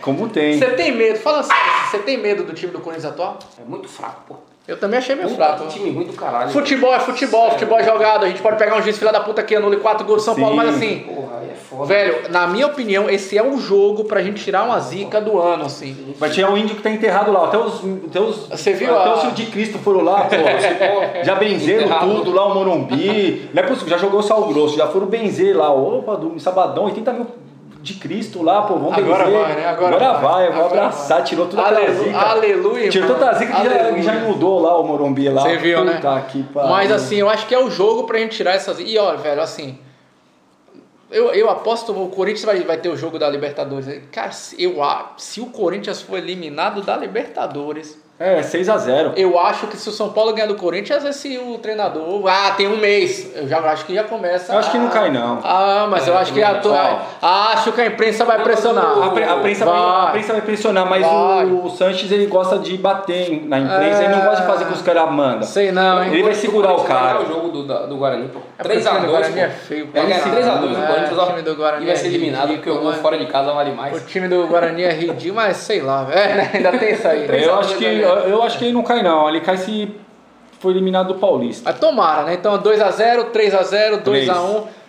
Speaker 3: Como tem.
Speaker 1: Você tem medo, fala sério, você tem medo do time do Corinthians atual?
Speaker 2: É muito fraco, pô.
Speaker 1: Eu também achei meio
Speaker 2: Puta,
Speaker 1: fraco.
Speaker 2: que time ruim do caralho.
Speaker 1: Futebol é futebol, futebol é jogado. A gente pode pegar um juiz filha da puta que anule quatro gols do São
Speaker 3: Sim.
Speaker 1: Paulo, mas assim,
Speaker 2: Porra, aí é foda.
Speaker 1: velho, na minha opinião, esse é um jogo pra gente tirar uma zica do ano, assim.
Speaker 3: Vai tirar o índio que tá enterrado lá. Até os. Até os
Speaker 1: Você viu
Speaker 3: até
Speaker 1: a-
Speaker 3: os filhos de Cristo foram lá, pô. já benzeram
Speaker 2: Enterrado.
Speaker 3: tudo lá, o Morumbi. Não é possível, já jogou sal grosso, já foram benzer lá. Opa, do sabadão, 80 mil de Cristo lá, pô. Vamos
Speaker 1: Agora
Speaker 3: benzer.
Speaker 1: vai, né? Agora vai.
Speaker 3: vai, eu vou
Speaker 1: Agora
Speaker 3: abraçar, tirou toda aquela
Speaker 1: Alelu-
Speaker 3: zica.
Speaker 1: Aleluia,
Speaker 3: Tirou
Speaker 1: irmão.
Speaker 3: toda a zica que já,
Speaker 1: Aleluia.
Speaker 3: que já inundou lá o Morumbi lá.
Speaker 1: Você viu, né?
Speaker 3: Tá, Puta que pariu.
Speaker 1: Mas assim, eu acho que é o jogo pra gente tirar essas. E olha, velho, assim. Eu, eu aposto o Corinthians vai, vai ter o jogo da Libertadores. Cara, se, eu, a- se o Corinthians for eliminado da Libertadores,
Speaker 3: É, 6x0.
Speaker 1: Eu acho que se o São Paulo ganhar do Corinthians, esse o treinador. Ah, tem um mês. Eu já acho que já começa.
Speaker 3: Eu acho que não
Speaker 1: a-
Speaker 3: cai, não.
Speaker 1: Ah, mas eu acho que a, to-
Speaker 3: Vai.
Speaker 1: acho que a imprensa vai
Speaker 2: Não,
Speaker 1: pressionar.
Speaker 2: mas
Speaker 3: A, pre- a prensa vai, a prensa vai pressionar, mas
Speaker 1: Vai.
Speaker 3: o, o Sanches ele gosta de bater em- na imprensa, ele não gosta de fazer com os caras mandam.
Speaker 1: Sei não, hein?
Speaker 3: Ele vai segurar o
Speaker 2: Vai ganhar
Speaker 3: cara.
Speaker 2: o jogo do, da- do Guarani, pô.
Speaker 1: É porque o
Speaker 2: 3x2.
Speaker 1: time do Guarani é feio, pô.
Speaker 2: Vai ganhar 3x2
Speaker 1: É,
Speaker 2: o Corinthians,
Speaker 1: o time do
Speaker 2: ó.
Speaker 1: Guarani
Speaker 2: E vai
Speaker 1: é
Speaker 2: ser eliminado, porque o
Speaker 1: ridículo,
Speaker 2: gol
Speaker 1: né?
Speaker 2: fora de casa vale mais.
Speaker 1: O time do Guarani é ridículo, mas sei lá, velho. Ainda tem isso aí.
Speaker 3: Eu acho, que, eu, eu acho que ele não cai, não. Ele cai se for eliminado do Paulista.
Speaker 1: Mas tomara, né? Então 2x0, 3x0, 2x1.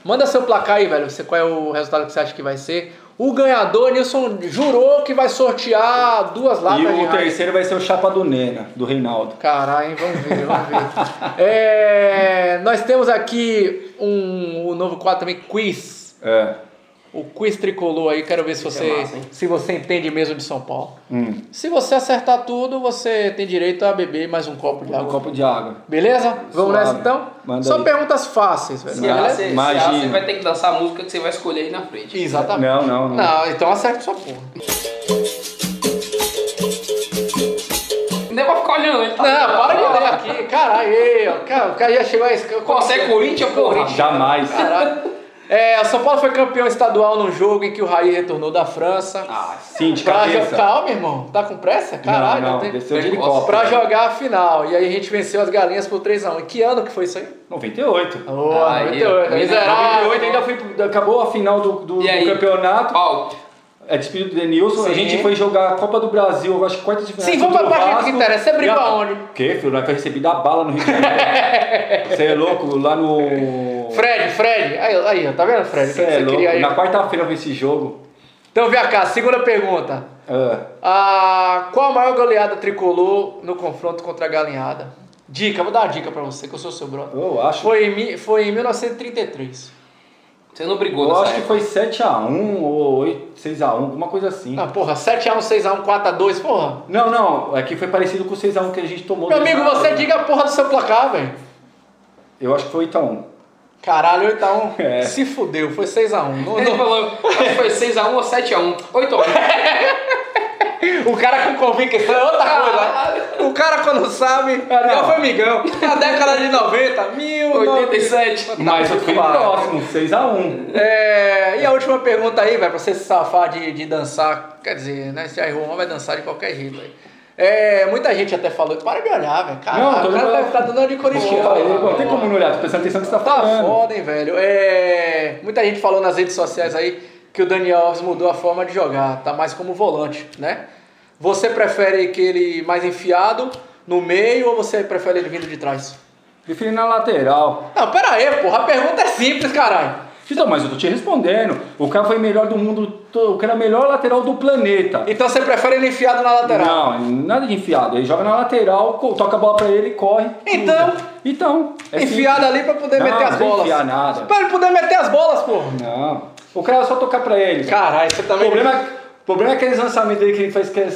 Speaker 1: Manda seu placar aí, velho. Você, qual é o resultado que você acha que vai ser? O ganhador, Nilson, jurou que vai sortear duas latas
Speaker 3: e
Speaker 1: de
Speaker 3: o
Speaker 1: Heineken.
Speaker 3: terceiro vai ser o Chapa do Nena, do Reinaldo.
Speaker 1: Caralho, hein? vamos ver, vamos ver. É, nós temos aqui um, um novo quadro também, quiz.
Speaker 3: É.
Speaker 1: O quiz tricolor aí, quero ver se você,
Speaker 2: massa, hein?
Speaker 1: se você entende mesmo de São Paulo.
Speaker 3: Hum.
Speaker 1: Se você acertar tudo, você tem direito a beber mais um copo de
Speaker 3: Um
Speaker 1: água.
Speaker 3: copo de água.
Speaker 1: Beleza? Vamos
Speaker 3: Suave.
Speaker 1: nessa então?
Speaker 3: Manda
Speaker 1: Só
Speaker 3: aí.
Speaker 1: perguntas fáceis, velho.
Speaker 2: Se errar,
Speaker 1: beleza?
Speaker 2: você, se
Speaker 3: Imagina.
Speaker 2: errar, você vai ter que dançar a música que você vai escolher aí na frente.
Speaker 1: Exatamente.
Speaker 3: Não, não, não.
Speaker 1: Tá Não, então acerta sua porra.
Speaker 2: Não é pra ficar olhando, ele tá
Speaker 1: Não, para de olhar aqui. Caralho, ei, ó, cara, o cara já chegou a esse.
Speaker 2: Consegue Corinthians, porra.
Speaker 3: Ah, Jamais.
Speaker 1: Caralho. É, o São Paulo foi campeão estadual num jogo em que o Raí retornou da França.
Speaker 2: Ah,
Speaker 3: Sim, de
Speaker 1: Pra jo-
Speaker 3: cabeça.
Speaker 1: Calma, irmão. Tá com pressa? Caralho.
Speaker 3: não, não,
Speaker 1: tem-
Speaker 3: desceu de
Speaker 1: tem-
Speaker 3: helicóptero.
Speaker 1: Pra jogar a final. E aí a gente venceu as galinhas por 3x1. E que ano que foi isso aí?
Speaker 3: 98.
Speaker 1: Oh,
Speaker 2: Aí, ó.
Speaker 1: 98. Miserável.
Speaker 3: 98 ainda foi, acabou a final do, do-
Speaker 2: E
Speaker 3: do
Speaker 2: aí?
Speaker 3: campeonato.
Speaker 2: Pau.
Speaker 3: É despedido do Denilson, a
Speaker 1: Sim.
Speaker 3: gente foi jogar a Copa do Brasil, eu acho que quarta de final.
Speaker 1: Sim,
Speaker 3: contra
Speaker 1: vamos pra
Speaker 3: o
Speaker 1: parte né?
Speaker 3: Vasco.
Speaker 1: que interessa. Você brigou
Speaker 3: E a-
Speaker 1: aonde?
Speaker 3: O quê, filho? Nós foi recebido a bala no Rio de Janeiro. Você é louco? Lá no.
Speaker 1: Fred, Fred. Aí, aí, ó, tá vendo, Fred? O que
Speaker 3: Você
Speaker 1: que
Speaker 3: é
Speaker 1: você
Speaker 3: louco.
Speaker 1: queria aí?
Speaker 3: Na quarta-feira foi esse jogo.
Speaker 1: Então vem cá, segunda pergunta.
Speaker 3: Ah,
Speaker 1: Ah, qual a maior goleada tricolor no confronto contra a Galinhada? Dica, vou dar uma dica pra você, que eu sou seu brother.
Speaker 3: eu acho.
Speaker 1: Foi em, mi- foi em 1933.
Speaker 2: Você não brigou
Speaker 3: eu
Speaker 2: nessa
Speaker 3: acho que foi
Speaker 2: época.
Speaker 3: 7x1 ou 6x1, alguma coisa assim.
Speaker 1: Ah, porra, 7x1, 6x1, 4x2, porra.
Speaker 3: Não, não. É que foi parecido com o 6x1 que a gente tomou.
Speaker 1: Meu
Speaker 3: do-
Speaker 1: amigo, você é diga a porra do seu placar, velho.
Speaker 3: Eu acho que foi 8x1.
Speaker 1: Caralho, 8x1.
Speaker 3: É.
Speaker 1: Se fudeu, foi 6x1. Não-
Speaker 3: um
Speaker 2: Ele falou, acho que foi 6x1 ou 7x1. 8 horas.
Speaker 1: não- o cara com convicção é outra coisa. É, O cara quando sabe, já
Speaker 3: não.
Speaker 1: foi migão. Na década de 90, 1900.
Speaker 2: 87.
Speaker 3: Mas eu fui
Speaker 2: Claro.
Speaker 3: próximo, 6x1.
Speaker 1: É, e a última pergunta aí, velho, pra você se safar de, de dançar, quer dizer, né? Se a Juan vai dançar de qualquer jeito aí. É, muita gente até falou, para de olhar, velho.
Speaker 3: Não,
Speaker 1: Caralho,
Speaker 3: tô
Speaker 1: o cara
Speaker 3: lembrando-
Speaker 1: tá, tá dando de
Speaker 3: Por isso que eu
Speaker 1: Corinthians.
Speaker 3: falei, não tem como não olhar, tô prestando atenção no que você tá
Speaker 1: Tá
Speaker 3: falando.
Speaker 1: foda, hein, velho. É, muita gente falou nas redes sociais aí que o Daniel Alves mudou a forma de jogar, tá mais como volante, né? Você prefere que ele mais enfiado no meio ou você prefere ele vindo de trás?
Speaker 3: Prefiro ir na lateral.
Speaker 1: Não, pera aí, porra, a pergunta é simples, caralho.
Speaker 3: Então, mas eu tô te respondendo. O cara foi melhor do mundo, to- o cara é o melhor lateral do planeta.
Speaker 1: Então você prefere ele enfiado na lateral?
Speaker 3: Não, nada de enfiado. Ele joga na lateral, co- toca a bola pra ele e corre.
Speaker 1: Então?
Speaker 3: Cruza. Então. é
Speaker 1: enfiado
Speaker 3: simples.
Speaker 1: ali pra poder
Speaker 3: Não,
Speaker 1: meter as
Speaker 3: não
Speaker 1: bolas.
Speaker 3: enfiar nada.
Speaker 1: Pra ele poder meter as bolas, porra.
Speaker 3: Não. O cara é só tocar pra ele.
Speaker 1: Caralho, você
Speaker 3: o
Speaker 1: também.
Speaker 3: problema, o problema é aqueles lançamentos aí que ele faz que é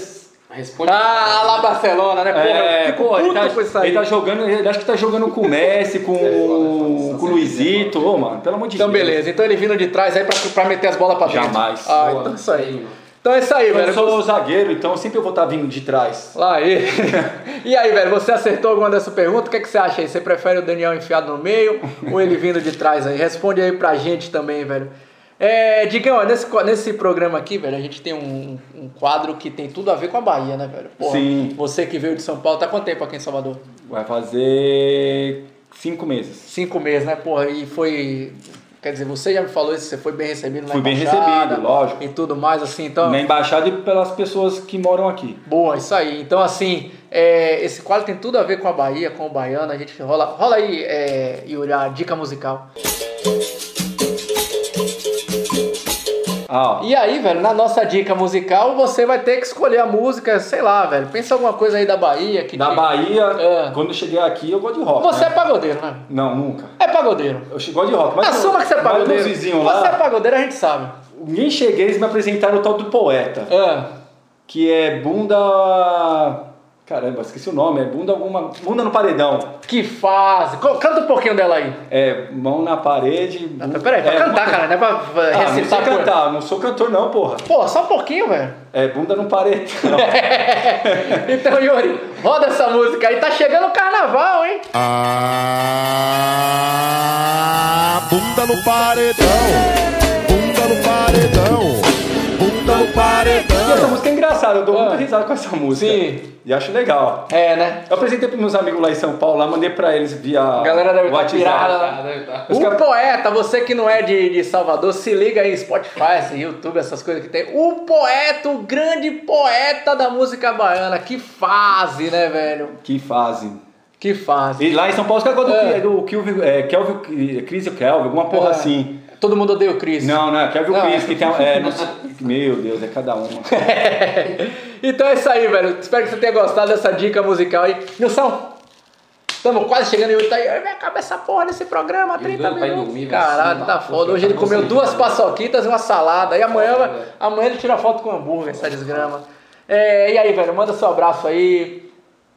Speaker 2: Responde.
Speaker 1: Ah, lá Barcelona, né? Porra,
Speaker 3: É,
Speaker 1: eu fico
Speaker 3: pô, ele
Speaker 1: puto
Speaker 3: tá,
Speaker 1: com isso aí.
Speaker 3: ele tá jogando, ele acho que tá jogando com o Messi, com, o- com o Luizito, ô, mano, pelo amor de
Speaker 1: Então,
Speaker 3: Deus.
Speaker 1: beleza. Então ele vindo de trás aí pra, pra meter as bolas pra dentro.
Speaker 3: Jamais.
Speaker 1: Ah,
Speaker 2: Boa.
Speaker 1: então é isso aí. Então é isso aí,
Speaker 3: Eu
Speaker 1: velho.
Speaker 3: sou zagueiro, então eu sempre vou estar vindo de trás.
Speaker 1: Lá aí. E aí, velho, você acertou alguma dessa pergunta? O que, é que você acha aí? Você prefere o Daniel enfiado no meio ou ele vindo de trás aí? Responde aí pra gente também, velho. É, Digão, ó, nesse, co- nesse programa aqui, velho, a gente tem um, um quadro que tem tudo a ver com a Bahia, né, velho?
Speaker 3: Sim.
Speaker 1: Você que veio de São Paulo, tá quanto tempo aqui em Salvador?
Speaker 3: Vai fazer cinco meses.
Speaker 1: Cinco meses, né, porra? E foi. Quer dizer, você já me falou isso, você foi bem recebido na
Speaker 3: Fui bem
Speaker 1: embaixada
Speaker 3: recebido, lógico.
Speaker 1: E tudo mais, assim, então.
Speaker 3: Na embaixada e pelas pessoas que moram aqui.
Speaker 1: Boa, isso aí. Então, assim, é, esse quadro tem tudo a ver com a Bahia, com o baiano. A gente rola. Rola aí, é, Yuri, a dica musical.
Speaker 3: Ah, ó.
Speaker 1: E aí, velho, na nossa dica musical, você vai ter que escolher a música, sei lá, velho. Pensa alguma coisa aí da Bahia que.
Speaker 3: na
Speaker 1: te-
Speaker 3: Bahia,
Speaker 1: É.
Speaker 3: quando eu cheguei aqui, eu gosto de rock.
Speaker 1: Você é
Speaker 3: né?
Speaker 1: pagodeiro, né?
Speaker 3: Não, nunca.
Speaker 1: É pagodeiro.
Speaker 3: Eu che- gosto de rock. Mas
Speaker 1: Assuma que você é
Speaker 3: Mas
Speaker 1: pagodeiro.
Speaker 3: meus vizinhos
Speaker 1: Você é
Speaker 3: lá,
Speaker 1: pagodeiro, a gente sabe.
Speaker 3: nem cheguei, eles me apresentaram o tal do poeta.
Speaker 1: Ah,
Speaker 3: Que é bunda... Caramba, esqueci o nome. É bunda alguma... Bunda no paredão.
Speaker 1: que fase. Co- Canta um pouquinho dela aí.
Speaker 3: É, mão na parede.
Speaker 1: Ah, tá, Peraí, pra
Speaker 3: é,
Speaker 1: cantar, cara, não é pra pra
Speaker 3: Ah, não
Speaker 1: recitar
Speaker 3: sei
Speaker 1: coisa.
Speaker 3: cantar, não sou cantor não, porra.
Speaker 1: Pô, só um pouquinho, velho.
Speaker 3: É bunda no paredão.
Speaker 1: Então, Yuri, roda essa música aí. Tá chegando o carnaval, hein?
Speaker 5: Ah, bunda no paredão, bunda no paredão, bunda no
Speaker 3: E essa
Speaker 5: paredão.
Speaker 3: música é engraçada, eu dou muita
Speaker 1: Ah.
Speaker 3: risada com essa música.
Speaker 1: Sim.
Speaker 3: E acho legal.
Speaker 1: É, né?
Speaker 3: Eu apresentei pros meus amigos lá em São Paulo, lá mandei pra eles via
Speaker 1: A galera deve estar pirada.
Speaker 2: Tá, deve tá.
Speaker 1: O poeta, você que não é de, de Salvador, se liga aí, Spotify, esse YouTube, essas coisas que tem. O poeta, o grande poeta da música baiana. Que fase, né, velho?
Speaker 3: Que fazem.
Speaker 1: Que fase.
Speaker 3: E lá em São Paulo, os caras gostam
Speaker 1: É.
Speaker 3: do, do Kelvin, é, Kelvin, Cris e Kelvin, alguma porra
Speaker 1: É.
Speaker 3: assim.
Speaker 1: Todo mundo odeia o Chris.
Speaker 3: Não, não, é Kelvin
Speaker 1: Não,
Speaker 3: Cris,
Speaker 1: é.
Speaker 3: que tem... a- É, não sei- meu Deus, é cada uma.
Speaker 1: então é isso aí, velho. Espero que você tenha gostado dessa dica musical aí. Nilson, estamos quase chegando em 8 aí. Ai, Minha cabeça porra nesse programa,
Speaker 2: E o
Speaker 1: 30
Speaker 2: doido vai
Speaker 1: minutos.
Speaker 2: dormir, vai
Speaker 1: Caralho,
Speaker 2: assim,
Speaker 1: tá
Speaker 2: lá,
Speaker 1: foda. Hoje
Speaker 2: tá
Speaker 1: ele comeu
Speaker 2: conseguindo.
Speaker 1: duas paçoquitas e uma salada. E amanhã,
Speaker 2: Foda.
Speaker 1: amanhã ele tira foto com hambúrguer, essa desgrama. É, e aí, velho, manda seu abraço aí.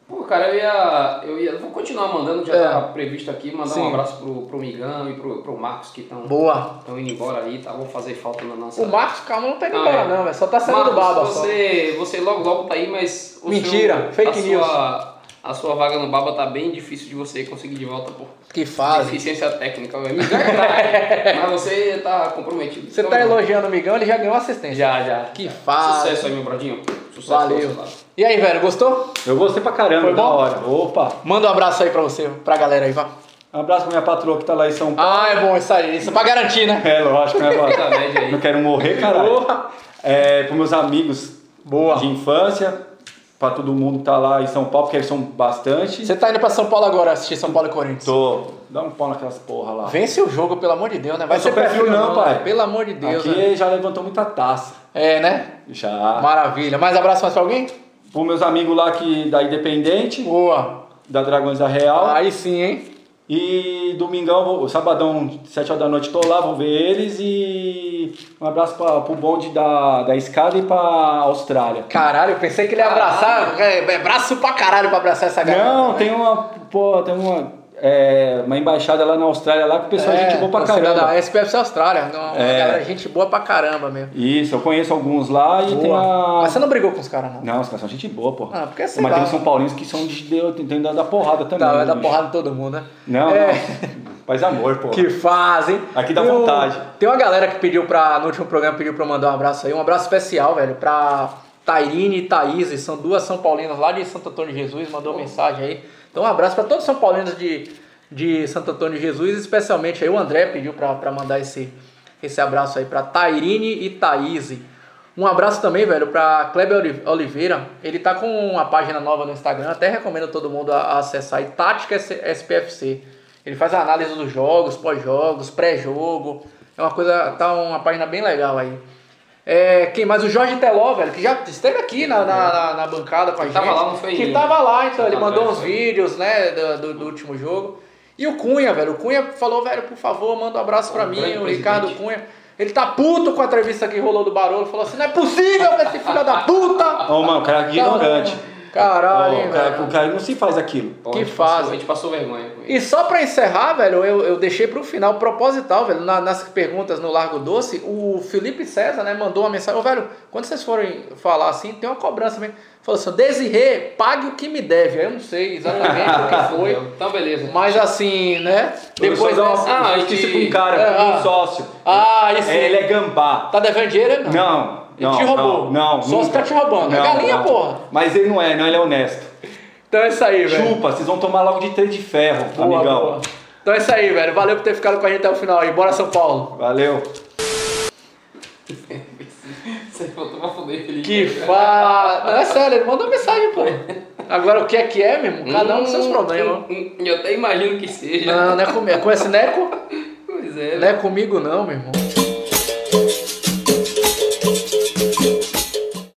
Speaker 2: Pô, cara, eu ia, eu ia. Vou continuar mandando, já
Speaker 1: É.
Speaker 2: tá previsto aqui, mandar
Speaker 1: Sim.
Speaker 2: um abraço pro, pro Migão e pro, pro Marcos que estão
Speaker 1: Boa.
Speaker 2: indo embora aí, tá? Vão fazer falta na nossa.
Speaker 1: O Marcos Calma não tá indo
Speaker 2: Ah,
Speaker 1: embora,
Speaker 2: é.
Speaker 1: não, velho. Só tá saindo do
Speaker 2: Marcos,
Speaker 1: baba. só.
Speaker 2: Você, é você logo logo tá aí, mas. o
Speaker 1: Mentira,
Speaker 2: seu-
Speaker 1: fake
Speaker 2: a
Speaker 1: news.
Speaker 2: Sua, a sua vaga no baba tá bem difícil de você conseguir de volta por
Speaker 1: Que fase.
Speaker 2: deficiência técnica. velho. Migão é craque, mas você tá comprometido.
Speaker 1: Você
Speaker 2: Então,
Speaker 1: tá elogiando o Migão, ele já ganhou assistência.
Speaker 2: Já, já.
Speaker 1: Que fase.
Speaker 2: Sucesso aí, meu brodinho. Sucesso pra
Speaker 1: Valeu.
Speaker 2: você é lá.
Speaker 1: E aí, velho, gostou?
Speaker 3: Eu gostei pra caramba,
Speaker 1: Foi
Speaker 3: da
Speaker 1: bom?
Speaker 3: hora. Opa!
Speaker 1: Manda um abraço aí pra você, pra galera aí, vá.
Speaker 3: Um abraço pra minha patroa que tá lá em São Paulo.
Speaker 1: Ah, é bom isso aí. Isso é pra garantir, né?
Speaker 3: É, lógico, né,
Speaker 2: Tá,
Speaker 3: agora?
Speaker 2: média aí.
Speaker 3: Não quero morrer, caralho.
Speaker 1: Porra.
Speaker 3: é, para meus amigos
Speaker 1: Boa.
Speaker 3: de infância, para todo mundo que tá lá em São Paulo, porque eles são bastante.
Speaker 1: Você tá indo pra São Paulo agora assistir São Paulo e Corinthians.
Speaker 3: Tô. Dá um pau naquelas porra lá.
Speaker 1: Vence o jogo, pelo amor de Deus, né? Vai
Speaker 3: Eu
Speaker 1: ser
Speaker 3: sou perfil não, pai.
Speaker 1: né? Pelo amor de Deus.
Speaker 3: Aqui Ah.
Speaker 1: né?
Speaker 3: já levantou muita taça.
Speaker 1: É, né?
Speaker 3: Já.
Speaker 1: Maravilha. Mais abraço mais pra alguém?
Speaker 3: Para meus amigos lá que, da Independente,
Speaker 1: Boa.
Speaker 3: da Dragões da Real.
Speaker 1: Aí sim, hein?
Speaker 3: E domingão, vou- sabadão, 7 horas da noite, tô lá, vou ver eles. E um abraço pra, pro bonde da, da escada e pra Austrália.
Speaker 1: Caralho, eu pensei que ele ia abraçar. É, é braço pra caralho pra abraçar essa galera.
Speaker 3: Ah. Não, tem uma. Pô, tem uma. é, uma embaixada lá na Austrália lá que o pessoal é gente boa pra
Speaker 1: Da
Speaker 3: caramba.
Speaker 1: SPFC Austrália. Uma uma
Speaker 3: É.
Speaker 1: galera, gente boa pra caramba mesmo.
Speaker 3: Isso, eu conheço alguns lá e tem
Speaker 1: Boa.
Speaker 3: a.
Speaker 1: Mas você não brigou com os caras, não.
Speaker 3: Não, os caras são gente boa, pô.
Speaker 1: Ah, porque sei
Speaker 3: Mas
Speaker 1: lá.
Speaker 3: tem os São Paulinos que são de Deus, tem tem da, da porrada também.
Speaker 1: Não,
Speaker 3: né,
Speaker 1: é da
Speaker 3: bicho?
Speaker 1: porrada em todo mundo, né?
Speaker 3: Não,
Speaker 1: É.
Speaker 3: não. Faz amor, pô.
Speaker 1: Que fazem.
Speaker 3: Aqui dá
Speaker 1: Tem um-
Speaker 3: vontade.
Speaker 1: Tem uma galera que pediu pra. No último programa pediu pra eu mandar um abraço aí. Um abraço especial, velho, pra Tairine e Thaís. São duas São Paulinas lá de Santo Antônio de Jesus. Mandou mensagem aí. Então, um abraço pra todos os São Paulinos de, de Santo Antônio de Jesus. Especialmente aí o André pediu pra, pra mandar esse, esse abraço aí pra Tairine e Thaís. Um abraço também, velho, pra Kleber Oli- Oliveira. Ele tá com uma página nova no Instagram. Até recomendo todo mundo a a acessar aí. Tática S- SPFC. Ele faz a análise dos jogos, pós-jogos, pré-jogo. É uma coisa, tá uma página bem legal aí. É, quem mais? O Jorge Teló, velho, que já esteve aqui na, na, na- na bancada com a
Speaker 2: É.
Speaker 1: gente.
Speaker 2: Que tava lá, não foi
Speaker 1: Que
Speaker 2: ele.
Speaker 1: tava lá, então. Ele
Speaker 2: Ah,
Speaker 1: mandou
Speaker 2: foi,
Speaker 1: uns
Speaker 2: foi.
Speaker 1: vídeos, né, do, do- do último jogo. E o Cunha, velho. O Cunha falou, velho, por favor, manda um abraço pra
Speaker 2: Um
Speaker 1: mim,
Speaker 2: grande
Speaker 1: o Ricardo
Speaker 2: presidente.
Speaker 1: Cunha. Ele tá puto com a entrevista que rolou do Barolo. Falou assim: não é possível que esse filho da puta.
Speaker 3: Ô, mano, o cara é ignorante.
Speaker 1: Caralho,
Speaker 3: Ô,
Speaker 1: né? hein,
Speaker 3: o, cara,
Speaker 1: velho.
Speaker 3: o cara não se faz aquilo.
Speaker 2: Pô,
Speaker 1: Que
Speaker 2: a gente passou-
Speaker 1: fase.
Speaker 2: A gente passou vergonha com ele.
Speaker 1: E só pra encerrar, velho, eu, eu deixei pro final proposital, velho, na- nas perguntas no Largo Doce, o Felipe César, né, mandou uma mensagem, ô, velho, quando vocês forem falar assim, tem uma cobrança mesmo. Falou assim, Desirê, pague o que me deve. Aí Eu não sei exatamente o que foi,
Speaker 2: Então, beleza.
Speaker 1: mas assim, né,
Speaker 3: Depois
Speaker 1: depois
Speaker 3: dá
Speaker 1: dessa...
Speaker 3: uma
Speaker 2: Ah,
Speaker 3: justiça com
Speaker 2: que-
Speaker 3: um cara,
Speaker 1: é,
Speaker 3: com
Speaker 1: ah.
Speaker 3: um sócio.
Speaker 1: Ah, isso.
Speaker 3: É, ele é gambá.
Speaker 1: Tá devendo dinheiro? Não.
Speaker 3: Não,
Speaker 1: Ele
Speaker 3: não.
Speaker 1: te roubou.
Speaker 3: Não, não
Speaker 1: Sócio
Speaker 3: nunca.
Speaker 1: tá te roubando. É galinha, porra.
Speaker 3: Mas ele não é, não, ele é honesto.
Speaker 1: Então é isso aí, velho.
Speaker 3: Chupa, vocês vão tomar logo de três de ferro,
Speaker 1: Boa,
Speaker 3: amigão.
Speaker 1: boa. Então é isso aí, velho. Valeu por ter ficado com a gente até o final aí. Bora, São Paulo.
Speaker 3: Valeu.
Speaker 2: Você voltou pra fuder, Felipe.
Speaker 1: Que fa... Não, é sério, ele mandou mensagem, pô. Agora, o que é que é, meu irmão? Cada um com seus problemas.
Speaker 2: Hum, hum, Eu até imagino que seja.
Speaker 1: é Não, não é comigo. Conhece Neco?
Speaker 2: Pois é.
Speaker 1: Não é comigo não, meu irmão.